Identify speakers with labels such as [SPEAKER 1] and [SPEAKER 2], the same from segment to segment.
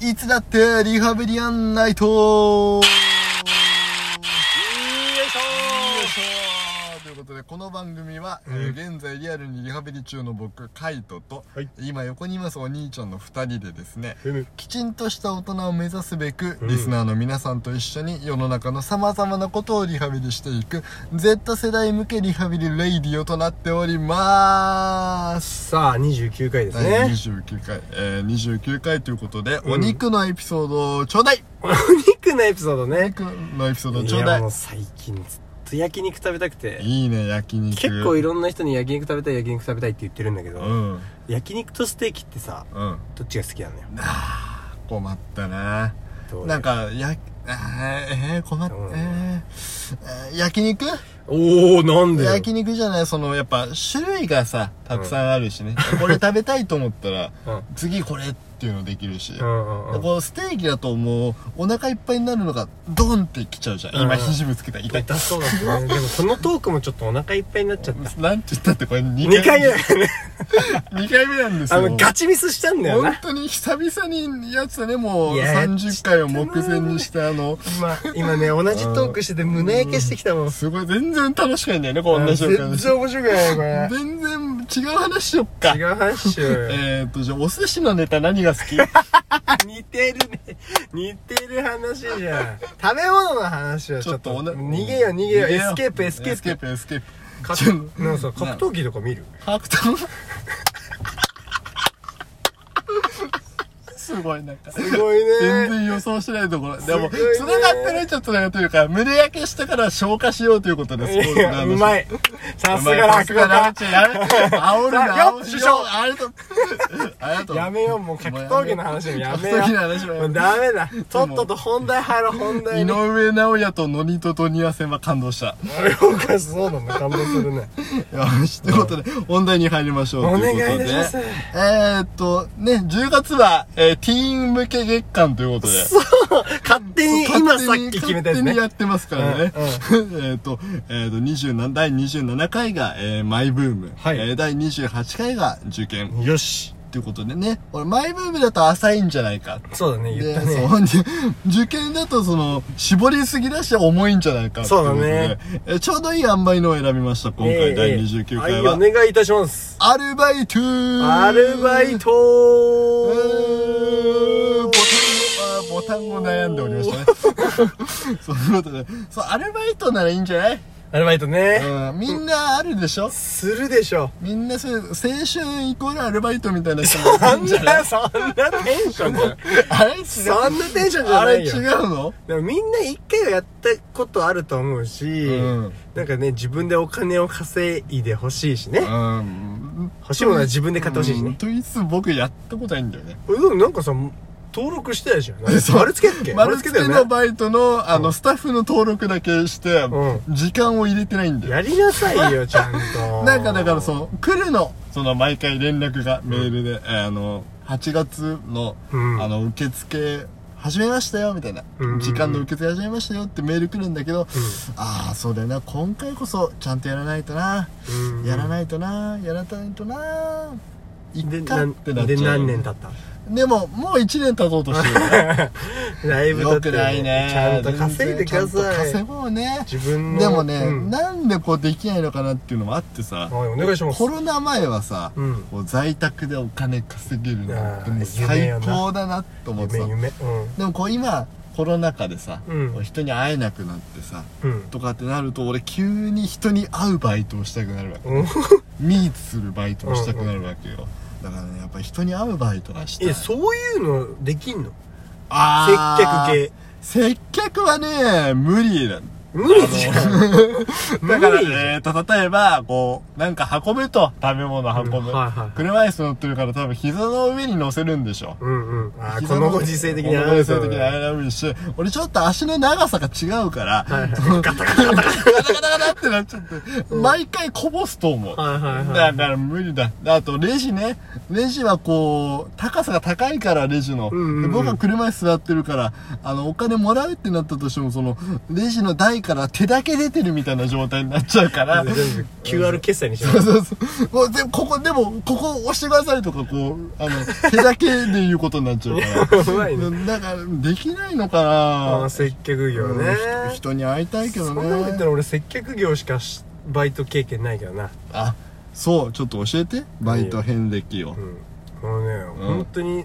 [SPEAKER 1] いつだってリハビリアンナイトよいし
[SPEAKER 2] いし
[SPEAKER 1] ょーということでこの番組は、えー現在リアルにリハビリ中の僕カイトと、
[SPEAKER 2] はい
[SPEAKER 1] 今横にいますお兄ちゃんの2人でですね
[SPEAKER 2] ふむ
[SPEAKER 1] きちんとした大人を目指すべく、
[SPEAKER 2] うん
[SPEAKER 1] リスナーの皆さんと一緒に世の中の様々なことをリハビリしていく Z 世代向けリハビリレイディオとなっております
[SPEAKER 2] さあ29回です
[SPEAKER 1] 第
[SPEAKER 2] ね
[SPEAKER 1] 29回、えー、29回ということで、
[SPEAKER 2] うん
[SPEAKER 1] お肉のエピソードをちょうだい
[SPEAKER 2] お肉のエピソード
[SPEAKER 1] お
[SPEAKER 2] ね
[SPEAKER 1] 肉のエピソードを
[SPEAKER 2] い
[SPEAKER 1] ちょう
[SPEAKER 2] や
[SPEAKER 1] だい
[SPEAKER 2] もう最近ずっと焼肉食べたくて
[SPEAKER 1] いいね焼肉
[SPEAKER 2] 結構い
[SPEAKER 1] ろ
[SPEAKER 2] ろんな人に焼肉食べたい焼肉食べたいって言ってるんだけど、
[SPEAKER 1] うん
[SPEAKER 2] 焼肉とステーキってさ
[SPEAKER 1] うん
[SPEAKER 2] どっちが好きなのよ
[SPEAKER 1] 困ったな
[SPEAKER 2] どう
[SPEAKER 1] なんかやあーえー、困った
[SPEAKER 2] うん
[SPEAKER 1] えーえー焼肉
[SPEAKER 2] おおなんでよ
[SPEAKER 1] 焼肉じゃないそのやっぱ種類がさたくさんあるしね、これ食べたいと思ったら
[SPEAKER 2] うん
[SPEAKER 1] 次これっていうのできるし、
[SPEAKER 2] うんうんうん
[SPEAKER 1] こうステーキだともうお腹いっぱいになるのがドンってきちゃうじゃん、今
[SPEAKER 2] うん
[SPEAKER 1] 肘ぶつけた痛い
[SPEAKER 2] 痛そうだったねでもこのトークもちょっとお腹いっぱいになっちゃった
[SPEAKER 1] なんて言ったってこれ2
[SPEAKER 2] 2回目だ からね
[SPEAKER 1] 二回目なんです
[SPEAKER 2] あ
[SPEAKER 1] よ
[SPEAKER 2] のガチミスしたんだよ
[SPEAKER 1] 本
[SPEAKER 2] な
[SPEAKER 1] 当に久々にやつだねもう
[SPEAKER 2] いや
[SPEAKER 1] 30回を目前にしてあの
[SPEAKER 2] 今今ね同じトークしてて胸焼けしてきたもん
[SPEAKER 1] すごい全然楽しくないんだよねこんな
[SPEAKER 2] 全
[SPEAKER 1] 瞬間で
[SPEAKER 2] 然面白くないよ これ
[SPEAKER 1] 全然違う話しよっか
[SPEAKER 2] 違う話しようよ
[SPEAKER 1] えーとじゃあお寿司のネタ何が好 き
[SPEAKER 2] 似てるね似てる話 じゃん食べ物の話はちょっと
[SPEAKER 1] おな
[SPEAKER 2] 逃げよ逃げよエスケープエスケ
[SPEAKER 1] エスケ
[SPEAKER 2] ー
[SPEAKER 1] ー
[SPEAKER 2] プ
[SPEAKER 1] プエスケープ
[SPEAKER 2] か
[SPEAKER 1] ちょ
[SPEAKER 2] なんかさ格闘技とか見る
[SPEAKER 1] 白 桃すごいなんか
[SPEAKER 2] すごい
[SPEAKER 1] 全
[SPEAKER 2] ね
[SPEAKER 1] 然予想してないところ。でも、
[SPEAKER 2] すごいね
[SPEAKER 1] 繋がってないっちゃ繋がってるから、胸焼けしたから消化しようということです。
[SPEAKER 2] いやうま
[SPEAKER 1] い。
[SPEAKER 2] い
[SPEAKER 1] さ
[SPEAKER 2] さす
[SPEAKER 1] す
[SPEAKER 2] が
[SPEAKER 1] が
[SPEAKER 2] 落
[SPEAKER 1] 楽
[SPEAKER 2] 語
[SPEAKER 1] だな。
[SPEAKER 2] 家
[SPEAKER 1] やめて。煽る
[SPEAKER 2] さあ
[SPEAKER 1] な。
[SPEAKER 2] よっ
[SPEAKER 1] 煽る
[SPEAKER 2] 師匠
[SPEAKER 1] ありがとう。ありがとう。
[SPEAKER 2] やめようもう格闘技の話はやめよう
[SPEAKER 1] 格闘技の話はやめよう
[SPEAKER 2] もうダメだとっとと本題入ろう本題
[SPEAKER 1] 井
[SPEAKER 2] に
[SPEAKER 1] 上尚弥とノニトとニア戦は感動した。
[SPEAKER 2] おかしそうだな感動するね
[SPEAKER 1] よし、ということで、本題に入りましょう。
[SPEAKER 2] お願
[SPEAKER 1] と
[SPEAKER 2] い
[SPEAKER 1] うことで
[SPEAKER 2] いたします
[SPEAKER 1] えーっと、ね、10月は、えーティーン向け月間ということで。
[SPEAKER 2] そう勝手に今さっき決めたや
[SPEAKER 1] 勝
[SPEAKER 2] つ
[SPEAKER 1] 手に
[SPEAKER 2] ね
[SPEAKER 1] やってますからね。えっと、えっと、27、第27回が、えーマイブーム。
[SPEAKER 2] はい
[SPEAKER 1] えー第28回が受験。
[SPEAKER 2] よし
[SPEAKER 1] ということでね、俺、マイブームだと浅いんじゃないか。
[SPEAKER 2] そうだね言
[SPEAKER 1] で、
[SPEAKER 2] った
[SPEAKER 1] そう
[SPEAKER 2] ね
[SPEAKER 1] ほんで受験だとその、絞りすぎだし重いんじゃないか
[SPEAKER 2] そうだね
[SPEAKER 1] っていうことで。えーちょうどいい塩梅のを選びました、今回、
[SPEAKER 2] ええ
[SPEAKER 1] 第29回は。
[SPEAKER 2] いお願いいたします
[SPEAKER 1] アルバイトゥ
[SPEAKER 2] アルバイト
[SPEAKER 1] うー
[SPEAKER 2] ー
[SPEAKER 1] ボタンを、あーボタンを悩んでおりましたね。 そういうことで。そう、アルバイトならいいんじゃない
[SPEAKER 2] アルバイトね、
[SPEAKER 1] うん、みんなあるでしょ
[SPEAKER 2] するでしょ
[SPEAKER 1] みんなそういう、青春イコールアルバイトみたいな人もい
[SPEAKER 2] そ
[SPEAKER 1] るん
[SPEAKER 2] ん
[SPEAKER 1] じゃない
[SPEAKER 2] なそんなテンションじゃん
[SPEAKER 1] あれ違う
[SPEAKER 2] そんなテンションじゃないよ
[SPEAKER 1] あれ違うの
[SPEAKER 2] でもみんな一回はやったことあると思うし、
[SPEAKER 1] うん
[SPEAKER 2] なんかね自分でお金を稼いでほしいしね、
[SPEAKER 1] うん。
[SPEAKER 2] 欲しいものは自分で買ってほしいし
[SPEAKER 1] うん
[SPEAKER 2] ね、
[SPEAKER 1] と言いつつ僕やったことないんだ よね。
[SPEAKER 2] うん、でもなんかさ登録してたでしょなんか
[SPEAKER 1] そう
[SPEAKER 2] 丸つけっけ
[SPEAKER 1] 丸付け
[SPEAKER 2] よ
[SPEAKER 1] のバイトの、あの、スタッフの登録だけして
[SPEAKER 2] うん、
[SPEAKER 1] 時間を入れてないんだよ。
[SPEAKER 2] やりなさいよちゃんと
[SPEAKER 1] なんかだからその来るのその毎回連絡がメールで、えーあの8月の、
[SPEAKER 2] うん
[SPEAKER 1] あの受付始めましたよみたいな、
[SPEAKER 2] うんうんうん
[SPEAKER 1] 時間の受付始めましたよってメール来るんだけど、ああそうだよな今回こそちゃんとやらないとな、
[SPEAKER 2] うん
[SPEAKER 1] やらないとなやらないとない
[SPEAKER 2] で
[SPEAKER 1] いっ
[SPEAKER 2] な
[SPEAKER 1] かっ
[SPEAKER 2] ん
[SPEAKER 1] てなっ
[SPEAKER 2] で
[SPEAKER 1] ちゃ
[SPEAKER 2] 何
[SPEAKER 1] う
[SPEAKER 2] 年経った
[SPEAKER 1] でももう1年経とうと してる
[SPEAKER 2] ライブだ
[SPEAKER 1] よ
[SPEAKER 2] って
[SPEAKER 1] くないね
[SPEAKER 2] ちゃんと稼いでくだ
[SPEAKER 1] ちゃんと
[SPEAKER 2] さ
[SPEAKER 1] 稼
[SPEAKER 2] い
[SPEAKER 1] ごうね
[SPEAKER 2] 自分の
[SPEAKER 1] でもね、
[SPEAKER 2] うん
[SPEAKER 1] なんでこうできないのかなっていうのもあってさ、
[SPEAKER 2] はいお願いします
[SPEAKER 1] コロナ前はさ、
[SPEAKER 2] うん
[SPEAKER 1] こう在宅でお金稼げるのって
[SPEAKER 2] あー
[SPEAKER 1] もう
[SPEAKER 2] 夢
[SPEAKER 1] 最
[SPEAKER 2] よな
[SPEAKER 1] 高だなと思って
[SPEAKER 2] 夢
[SPEAKER 1] さ
[SPEAKER 2] 夢うん
[SPEAKER 1] でもこう今コロナ禍でさ、
[SPEAKER 2] うん
[SPEAKER 1] こう人に会えなくなってさ
[SPEAKER 2] うん
[SPEAKER 1] とかってなると俺急に人に会うバイトをしたくなるわけ
[SPEAKER 2] うん
[SPEAKER 1] ミーツするバイトをしたくなるわけよ、だからねやっぱ人に会うバイトがしたい
[SPEAKER 2] えそういうのできんの
[SPEAKER 1] あー
[SPEAKER 2] 接
[SPEAKER 1] 接客はね無理だ
[SPEAKER 2] 無理じゃん 無
[SPEAKER 1] だから、
[SPEAKER 2] 理じゃん
[SPEAKER 1] えーと、例えば、こう、なんか運ぶと、食べ物運ぶ。
[SPEAKER 2] うんはいはい
[SPEAKER 1] 車椅子乗ってるから多分膝の上に乗せるんでしょ。
[SPEAKER 2] うんうんあー
[SPEAKER 1] 膝
[SPEAKER 2] このご時世的に
[SPEAKER 1] こ
[SPEAKER 2] あ
[SPEAKER 1] のご時世的にあれだめし、俺ちょっと足の長さが違うから、
[SPEAKER 2] はいはい
[SPEAKER 1] そのガタガタガタガタガタガタってなっちゃって、毎回こぼすと思う。
[SPEAKER 2] はいはいは
[SPEAKER 1] だ
[SPEAKER 2] い
[SPEAKER 1] から無理だ。あと、レジね。レジはこう、高さが高いから、レジの。
[SPEAKER 2] うんうんうん
[SPEAKER 1] で僕は車椅子座ってるから、あの、お金もらうってなったとしても、その、レジの台いから手だけ出てるみたいな状態になっちゃうから
[SPEAKER 2] 全部 QR 決済にしま
[SPEAKER 1] そう
[SPEAKER 2] す
[SPEAKER 1] そうそうもうでもここでもここ押してくださいとかこうあの手だけで言うことになっちゃうから
[SPEAKER 2] うまいね
[SPEAKER 1] だからできないのか
[SPEAKER 2] あ
[SPEAKER 1] な
[SPEAKER 2] あ接客業ね
[SPEAKER 1] うんひ人に会いたいけど
[SPEAKER 2] そんなこと言った
[SPEAKER 1] ね
[SPEAKER 2] ら俺接客業しかしバイト経験ないけどな
[SPEAKER 1] あそうちょっと教えてバイト遍歴を
[SPEAKER 2] うんあのね、
[SPEAKER 1] うん
[SPEAKER 2] 本当に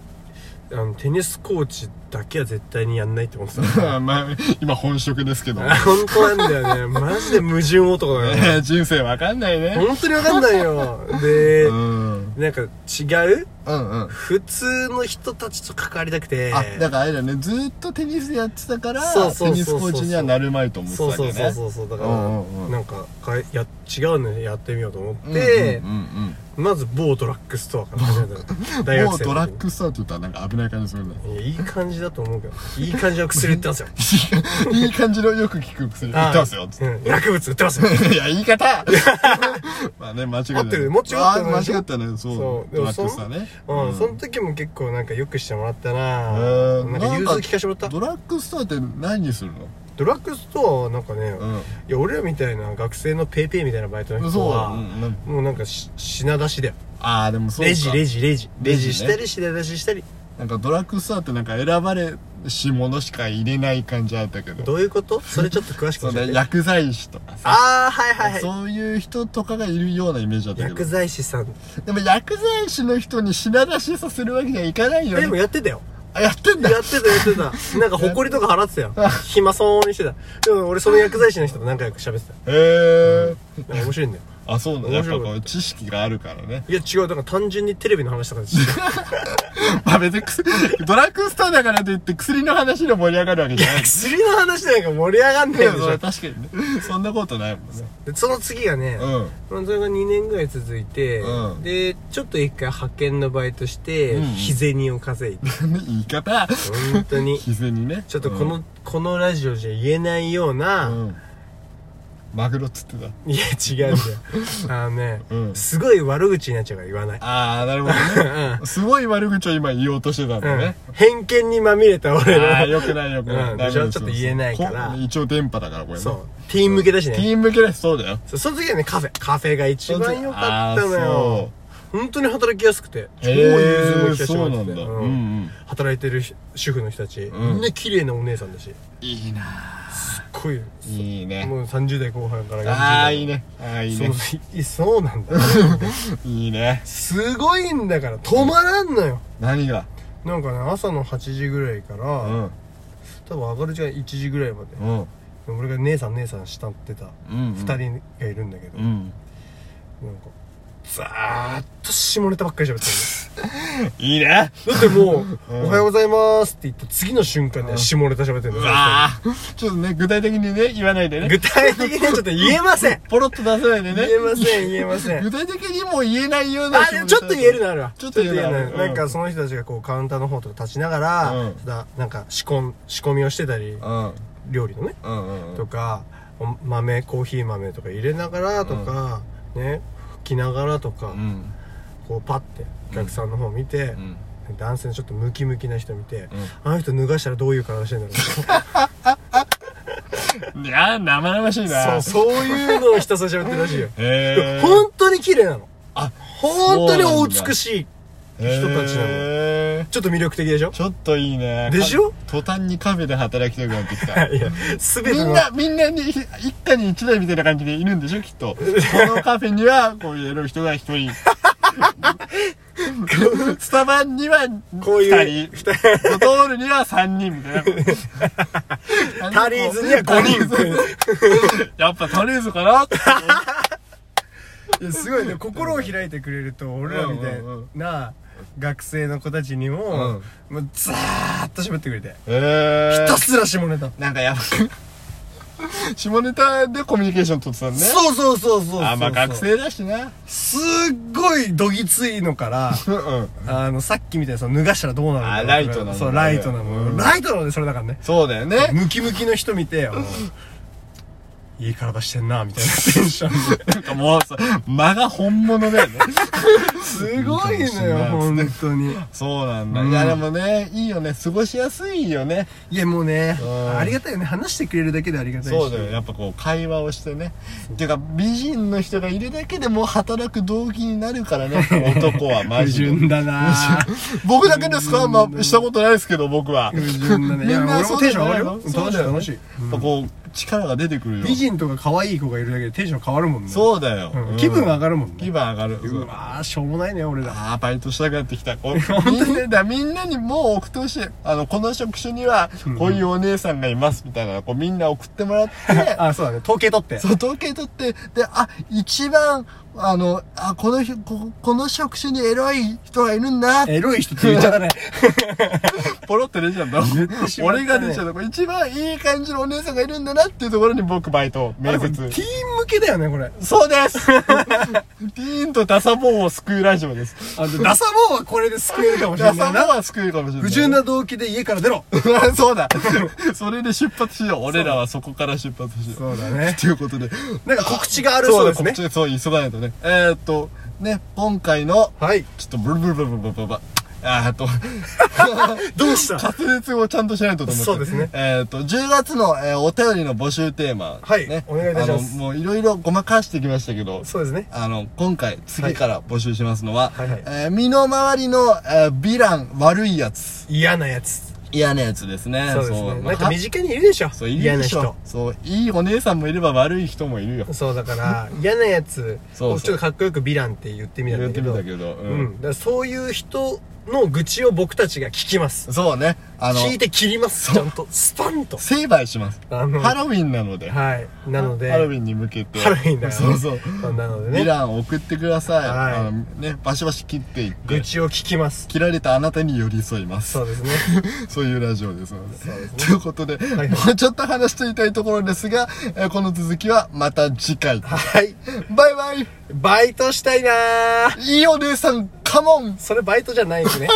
[SPEAKER 2] あのテニスコーチだけは絶対にやんないって思ってた
[SPEAKER 1] まあ今本職ですけど
[SPEAKER 2] あ本当なんだよねマジで矛盾男だよね
[SPEAKER 1] 人生わかんないね
[SPEAKER 2] 本当にわかんないよで、
[SPEAKER 1] うんうん
[SPEAKER 2] なんか違う
[SPEAKER 1] うん
[SPEAKER 2] 普通の人たちと関わりたくて
[SPEAKER 1] あだからあれだねずーっとテニスやってたから
[SPEAKER 2] そうそうそうそう
[SPEAKER 1] テニスコーチにはなるまいと思ってた
[SPEAKER 2] そう
[SPEAKER 1] わけ
[SPEAKER 2] そ
[SPEAKER 1] ね
[SPEAKER 2] うそうそうそうだか
[SPEAKER 1] うんうんう
[SPEAKER 2] ら
[SPEAKER 1] ん
[SPEAKER 2] なんかかいや違うのやってみようと思っ
[SPEAKER 1] ん
[SPEAKER 2] て
[SPEAKER 1] うんうん
[SPEAKER 2] まず某ドラッグストアから始めたの大
[SPEAKER 1] うん
[SPEAKER 2] 学
[SPEAKER 1] もう
[SPEAKER 2] 生
[SPEAKER 1] ド
[SPEAKER 2] の
[SPEAKER 1] ラ
[SPEAKER 2] 時
[SPEAKER 1] ッグストアって言ったらなんか危ない感じするね
[SPEAKER 2] にいやいい感じだと思うけどいい感じの薬売ってますよ
[SPEAKER 1] いい感じのよく聞く薬売ってますよつっ
[SPEAKER 2] うん薬物売ってますよ
[SPEAKER 1] ていや言い 方まあね間違えた
[SPEAKER 2] 合ってる間違ってない
[SPEAKER 1] あー間違ったねそう
[SPEAKER 2] そうで
[SPEAKER 1] ド
[SPEAKER 2] も
[SPEAKER 1] ラッ
[SPEAKER 2] そ
[SPEAKER 1] グ
[SPEAKER 2] ん
[SPEAKER 1] ストアね
[SPEAKER 2] うん、
[SPEAKER 1] うん
[SPEAKER 2] その時も結構なんかよくしてもらった
[SPEAKER 1] え
[SPEAKER 2] な、
[SPEAKER 1] ー
[SPEAKER 2] なんか融通聞かしてもらった
[SPEAKER 1] ドラッグストアって何にするの
[SPEAKER 2] ドラッグストアはなんかね、い
[SPEAKER 1] うん
[SPEAKER 2] や俺らみたいな学生のペイペイみたいなバイトの
[SPEAKER 1] そ
[SPEAKER 2] 人
[SPEAKER 1] う
[SPEAKER 2] は、
[SPEAKER 1] うんなん
[SPEAKER 2] もうなんかし品出しだよ
[SPEAKER 1] ああでもそうか
[SPEAKER 2] レジレジレジ
[SPEAKER 1] レ
[SPEAKER 2] レ
[SPEAKER 1] ジね
[SPEAKER 2] ジしたり品出ししたり
[SPEAKER 1] なんかドラッグストアってなんか選ばれし者しか入れない感じあったけど
[SPEAKER 2] どういうことそれちょっと詳し
[SPEAKER 1] そ
[SPEAKER 2] く
[SPEAKER 1] う
[SPEAKER 2] 教え
[SPEAKER 1] ね
[SPEAKER 2] て
[SPEAKER 1] 薬剤師とかさ
[SPEAKER 2] ああはいはいはい
[SPEAKER 1] そういう人とかがいるようなイメージだったけ
[SPEAKER 2] 薬
[SPEAKER 1] ど
[SPEAKER 2] 剤師さん
[SPEAKER 1] でも薬剤師の人に品出しさせるわけにはいかないよ
[SPEAKER 2] でも
[SPEAKER 1] ね
[SPEAKER 2] やってたよ
[SPEAKER 1] あやってんだ
[SPEAKER 2] やってたやってたなんか埃とか払ってたよ 暇そうにしてたでも俺その薬剤師の人と仲良く喋って
[SPEAKER 1] へえ
[SPEAKER 2] たなんか面白いんだよ
[SPEAKER 1] あそうなんだや
[SPEAKER 2] 面
[SPEAKER 1] っぱ
[SPEAKER 2] 白かった
[SPEAKER 1] こう知識があるからね
[SPEAKER 2] いや違うだから単純にテレビの話とかでして
[SPEAKER 1] まあ別に薬ドラッグストアだからといって薬の話で盛り上がるわけじゃない
[SPEAKER 2] 薬の話なんか盛り上がんない
[SPEAKER 1] い
[SPEAKER 2] で
[SPEAKER 1] や
[SPEAKER 2] し
[SPEAKER 1] そ
[SPEAKER 2] ょ
[SPEAKER 1] れ確かにねそんなことないもんね
[SPEAKER 2] でその次がね、
[SPEAKER 1] うん
[SPEAKER 2] まあそれが2年ぐらい続いて、
[SPEAKER 1] うん
[SPEAKER 2] でちょっと一回派遣のバイトして、
[SPEAKER 1] うん
[SPEAKER 2] 日銭を稼いで
[SPEAKER 1] 言い方
[SPEAKER 2] 本当 に
[SPEAKER 1] 膝にね
[SPEAKER 2] ちょっとこの、このラジオじゃ言えないよう
[SPEAKER 1] う
[SPEAKER 2] な、
[SPEAKER 1] ん、うん、マグロっつってた
[SPEAKER 2] いや違うんだよ あのね、
[SPEAKER 1] うん
[SPEAKER 2] すごい悪口になっちゃうから言わない
[SPEAKER 1] ああ なるほど ねすごい悪口を今言おうとしてたん
[SPEAKER 2] う
[SPEAKER 1] だ
[SPEAKER 2] ん、
[SPEAKER 1] ね、
[SPEAKER 2] 偏見にまみれた俺
[SPEAKER 1] ああ
[SPEAKER 2] の
[SPEAKER 1] よくないよくない、
[SPEAKER 2] うん
[SPEAKER 1] ダメ
[SPEAKER 2] ちょ
[SPEAKER 1] です
[SPEAKER 2] ちょっと言えないから
[SPEAKER 1] こ一応電波だからこれ、ね、
[SPEAKER 2] そうティーン向けだし
[SPEAKER 1] ティ
[SPEAKER 2] ね
[SPEAKER 1] ーン向けだしそうだよ
[SPEAKER 2] そうその時はねカフェカフェが一番良かったの
[SPEAKER 1] あー
[SPEAKER 2] よ本当に働きやすくて超
[SPEAKER 1] そう
[SPEAKER 2] 融通も
[SPEAKER 1] へ
[SPEAKER 2] 利
[SPEAKER 1] え
[SPEAKER 2] かして
[SPEAKER 1] そう
[SPEAKER 2] も
[SPEAKER 1] な
[SPEAKER 2] らって
[SPEAKER 1] ん
[SPEAKER 2] て
[SPEAKER 1] だ、うん
[SPEAKER 2] う
[SPEAKER 1] うんん、
[SPEAKER 2] 働いてる主婦の人たち、
[SPEAKER 1] うん
[SPEAKER 2] みんな綺麗なお姉さんだし
[SPEAKER 1] いいな
[SPEAKER 2] こういう
[SPEAKER 1] いいね
[SPEAKER 2] もう30代後半から40代
[SPEAKER 1] ああいいねああいいね
[SPEAKER 2] そういそうなんだ
[SPEAKER 1] いいね
[SPEAKER 2] すごいんだから止まらんのよ
[SPEAKER 1] 何が
[SPEAKER 2] なんかね朝の8時ぐらいから、
[SPEAKER 1] うん
[SPEAKER 2] 多分上がる時間1時ぐらいまで
[SPEAKER 1] うん
[SPEAKER 2] 俺が姉さん姉さん慕ってた
[SPEAKER 1] うん
[SPEAKER 2] 2人がいるんだけど、
[SPEAKER 1] うん
[SPEAKER 2] なんかずーっと下ネタばっかり喋って
[SPEAKER 1] いいね
[SPEAKER 2] るのだってもう、
[SPEAKER 1] うん
[SPEAKER 2] おはようございます」って言った次の瞬間
[SPEAKER 1] う
[SPEAKER 2] で
[SPEAKER 1] ん
[SPEAKER 2] 下ネタ喋ってる
[SPEAKER 1] う
[SPEAKER 2] の
[SPEAKER 1] わあちょっとね具体的にね言わないでね
[SPEAKER 2] 具体的にはちょっと言えません
[SPEAKER 1] ポロッと出さないでね
[SPEAKER 2] 言えません言えません
[SPEAKER 1] 具体的にも言えないような
[SPEAKER 2] あ、でもちょっと言えるのあるわ。
[SPEAKER 1] ちょっと言えるのある
[SPEAKER 2] ちょっと言えなんかその人たちがこうカウンターの方とか立ちながら、
[SPEAKER 1] うん
[SPEAKER 2] ただなんか仕込ん仕込みをしてたり、
[SPEAKER 1] うん
[SPEAKER 2] 料理のね、
[SPEAKER 1] うんうんう
[SPEAKER 2] と
[SPEAKER 1] ん
[SPEAKER 2] か、お豆、コーヒー豆とか入れながらとか、ね、拭きながらとか、
[SPEAKER 1] うん
[SPEAKER 2] こうパッてお客さんの方見て、
[SPEAKER 1] うん
[SPEAKER 2] 男性のちょっとムキムキな人見て、
[SPEAKER 1] うん
[SPEAKER 2] あの人脱がしたらどういう体して んだろ
[SPEAKER 1] いやー生々しいな
[SPEAKER 2] うそうそういうのをひたすら喋ってるらしいよ、
[SPEAKER 1] へえ
[SPEAKER 2] 本当に綺麗なの
[SPEAKER 1] あ
[SPEAKER 2] 本当にお
[SPEAKER 1] そうなんだ
[SPEAKER 2] 美しい
[SPEAKER 1] へ
[SPEAKER 2] 人たちなの
[SPEAKER 1] え
[SPEAKER 2] ちょっと魅力的でしょ
[SPEAKER 1] ちょっといいね
[SPEAKER 2] でしょ
[SPEAKER 1] か途端にカフェで働きたくなってき た
[SPEAKER 2] いや全て
[SPEAKER 1] み
[SPEAKER 2] の
[SPEAKER 1] んなみんなに一家に一台みたいな感じでいるんでしょきっとこのカフェにはこういうエロい人が一人スタバには
[SPEAKER 2] こうい
[SPEAKER 1] 二
[SPEAKER 2] う
[SPEAKER 1] 人ドトールには三人みたいな
[SPEAKER 2] タリーズには5人
[SPEAKER 1] やっぱタリーズかなって
[SPEAKER 2] いやすごいね心を開いてくれると俺らみたい
[SPEAKER 1] うんうん
[SPEAKER 2] な学生の子たちにも、もうザーッと喋ってくれて
[SPEAKER 1] え
[SPEAKER 2] ひ
[SPEAKER 1] ー
[SPEAKER 2] たすら下ネタ、
[SPEAKER 1] なんかやばく下ネタでコミュニケーション取ってたんね
[SPEAKER 2] そうそうそうそうそう
[SPEAKER 1] あまあ学生だしな
[SPEAKER 2] すっごいどぎついのから
[SPEAKER 1] うんうん
[SPEAKER 2] あのさっきみたいにさ脱がしたらどうなるの
[SPEAKER 1] あライトなの
[SPEAKER 2] そうライトなの、
[SPEAKER 1] うん
[SPEAKER 2] ライトなのでそれだからね
[SPEAKER 1] そうだよね
[SPEAKER 2] ムキムキの人見てよいい体してんな、みたいなテンションで。
[SPEAKER 1] なんかもうさ、間が本物だよね。
[SPEAKER 2] すごいのよ、本当に。
[SPEAKER 1] そうなんだ。
[SPEAKER 2] うん
[SPEAKER 1] いや、でもね、いいよね。過ごしやすいよね。
[SPEAKER 2] いや、もうね
[SPEAKER 1] うん、
[SPEAKER 2] ありがたいよね。話してくれるだけでありがたいし。
[SPEAKER 1] そうだよ。やっぱこう、会話をしてね。っていうか、美人の人がいるだけでもう働く動機になるからね、男はマ
[SPEAKER 2] 矛
[SPEAKER 1] ジで。
[SPEAKER 2] 盾だな
[SPEAKER 1] 僕だけですかまあ、したことないですけど、僕は。
[SPEAKER 2] 矛盾だね。いや、
[SPEAKER 1] みんな
[SPEAKER 2] 俺もテンション上がるよ。
[SPEAKER 1] そう
[SPEAKER 2] 楽し
[SPEAKER 1] だ
[SPEAKER 2] い
[SPEAKER 1] よね
[SPEAKER 2] 楽しい。
[SPEAKER 1] やっぱこう、力が出てくるよ。
[SPEAKER 2] 美人とか可愛い子がいるだけでテンション変わるもんね。
[SPEAKER 1] そうだよ
[SPEAKER 2] うん。気分上
[SPEAKER 1] る。
[SPEAKER 2] がるもん
[SPEAKER 1] 気
[SPEAKER 2] ね。
[SPEAKER 1] 分上がる。
[SPEAKER 2] うわー、しょうもないね、俺ら。
[SPEAKER 1] ああ、バイトしたくなってきた。こみんなだ、みんなにもう送ってほしい。あの、この職種には、こういうお姉さんがいます、みたいな、こうみんな送ってもらっ て、
[SPEAKER 2] あ、そうだね。統計取って。
[SPEAKER 1] そう、統計取って、で、あ、一番、あの、あ、このひ、こ、この職種にエロい人がいるんだ。
[SPEAKER 2] エロい人って言っちゃったね。
[SPEAKER 1] ポロって出ちゃうんだ。
[SPEAKER 2] てしまったね
[SPEAKER 1] 俺が出ちゃうんだ。これ一番いい感じのお姉さんがいるんだなっていうところに僕バイト、 面
[SPEAKER 2] ティー
[SPEAKER 1] 接。
[SPEAKER 2] ン向けだよね、これ。
[SPEAKER 1] そうです ピーンとダサボーを救うラジオです。
[SPEAKER 2] あのダサボーはこれで救えるかもしれ
[SPEAKER 1] ダ
[SPEAKER 2] な
[SPEAKER 1] サ
[SPEAKER 2] い
[SPEAKER 1] ボー
[SPEAKER 2] な。
[SPEAKER 1] は救うかもしれない。
[SPEAKER 2] 不純な動機で家から出ろ。
[SPEAKER 1] そうだ。それで出発しよう。俺らはそこから出発しよう。
[SPEAKER 2] そうだね。
[SPEAKER 1] ということで。
[SPEAKER 2] なんか告知があるそうですね。
[SPEAKER 1] だそう、急がないとね。えー、っと、ね、今回の、
[SPEAKER 2] はい。
[SPEAKER 1] ちょっとブルブルブルブルブルブル。あ ーっと、
[SPEAKER 2] どうした
[SPEAKER 1] 滑舌をちゃんとしないとと思って。
[SPEAKER 2] そうですね
[SPEAKER 1] えー、っと、10月の、えーお便りの募集テーマ、
[SPEAKER 2] はい
[SPEAKER 1] ね
[SPEAKER 2] お願いいたします
[SPEAKER 1] あの、もういろいろごまかしてきましたけど、
[SPEAKER 2] そうですね。
[SPEAKER 1] あの、今回、次から募集しますのは、
[SPEAKER 2] はいはい
[SPEAKER 1] えー身の回りの、えーヴィラン、悪いやつ、
[SPEAKER 2] 嫌なやつ。
[SPEAKER 1] 嫌なやつですね。
[SPEAKER 2] そうですね。
[SPEAKER 1] ま
[SPEAKER 2] な
[SPEAKER 1] あ
[SPEAKER 2] んか身近にいるでしょ。
[SPEAKER 1] そう、いい
[SPEAKER 2] 嫌
[SPEAKER 1] で
[SPEAKER 2] な
[SPEAKER 1] しょ
[SPEAKER 2] 人。
[SPEAKER 1] そう、いいお姉さんもいれば悪い人もい るよ。
[SPEAKER 2] そう だから、嫌なやつ
[SPEAKER 1] そうそ
[SPEAKER 2] を
[SPEAKER 1] う
[SPEAKER 2] ちょっとかっこよくヴィランって言ってみた
[SPEAKER 1] 言っ
[SPEAKER 2] んだけ
[SPEAKER 1] てみ
[SPEAKER 2] ど。
[SPEAKER 1] たけど。う
[SPEAKER 2] うん。だからそういう人の愚痴を僕たちが聞きます。
[SPEAKER 1] そうね。あの、
[SPEAKER 2] 聞いて切ります。ちゃんと。スパンと。
[SPEAKER 1] 成敗します。
[SPEAKER 2] あの、
[SPEAKER 1] ハ
[SPEAKER 2] は
[SPEAKER 1] ロウィンなので。
[SPEAKER 2] い。なので、
[SPEAKER 1] ハロウィンに向けて。
[SPEAKER 2] ハロウィンだよね
[SPEAKER 1] そうそう。
[SPEAKER 2] まあなので
[SPEAKER 1] ヴィ
[SPEAKER 2] ね、
[SPEAKER 1] ランを送ってください。
[SPEAKER 2] はい
[SPEAKER 1] あのね、バシバシ切っていっ
[SPEAKER 2] 愚
[SPEAKER 1] て。
[SPEAKER 2] 痴を聞きます。
[SPEAKER 1] 切られたあなたに寄り添います
[SPEAKER 2] そ。うですね。
[SPEAKER 1] そういうラジオですので。
[SPEAKER 2] そうですね
[SPEAKER 1] ということで、
[SPEAKER 2] いはい
[SPEAKER 1] もうちょっと話していたいところですが、えーこの続きはまた次回。
[SPEAKER 2] はい。
[SPEAKER 1] バイバイ
[SPEAKER 2] バイトしたいなー
[SPEAKER 1] いいお姉さん、カモン
[SPEAKER 2] それバイトじゃないんですね。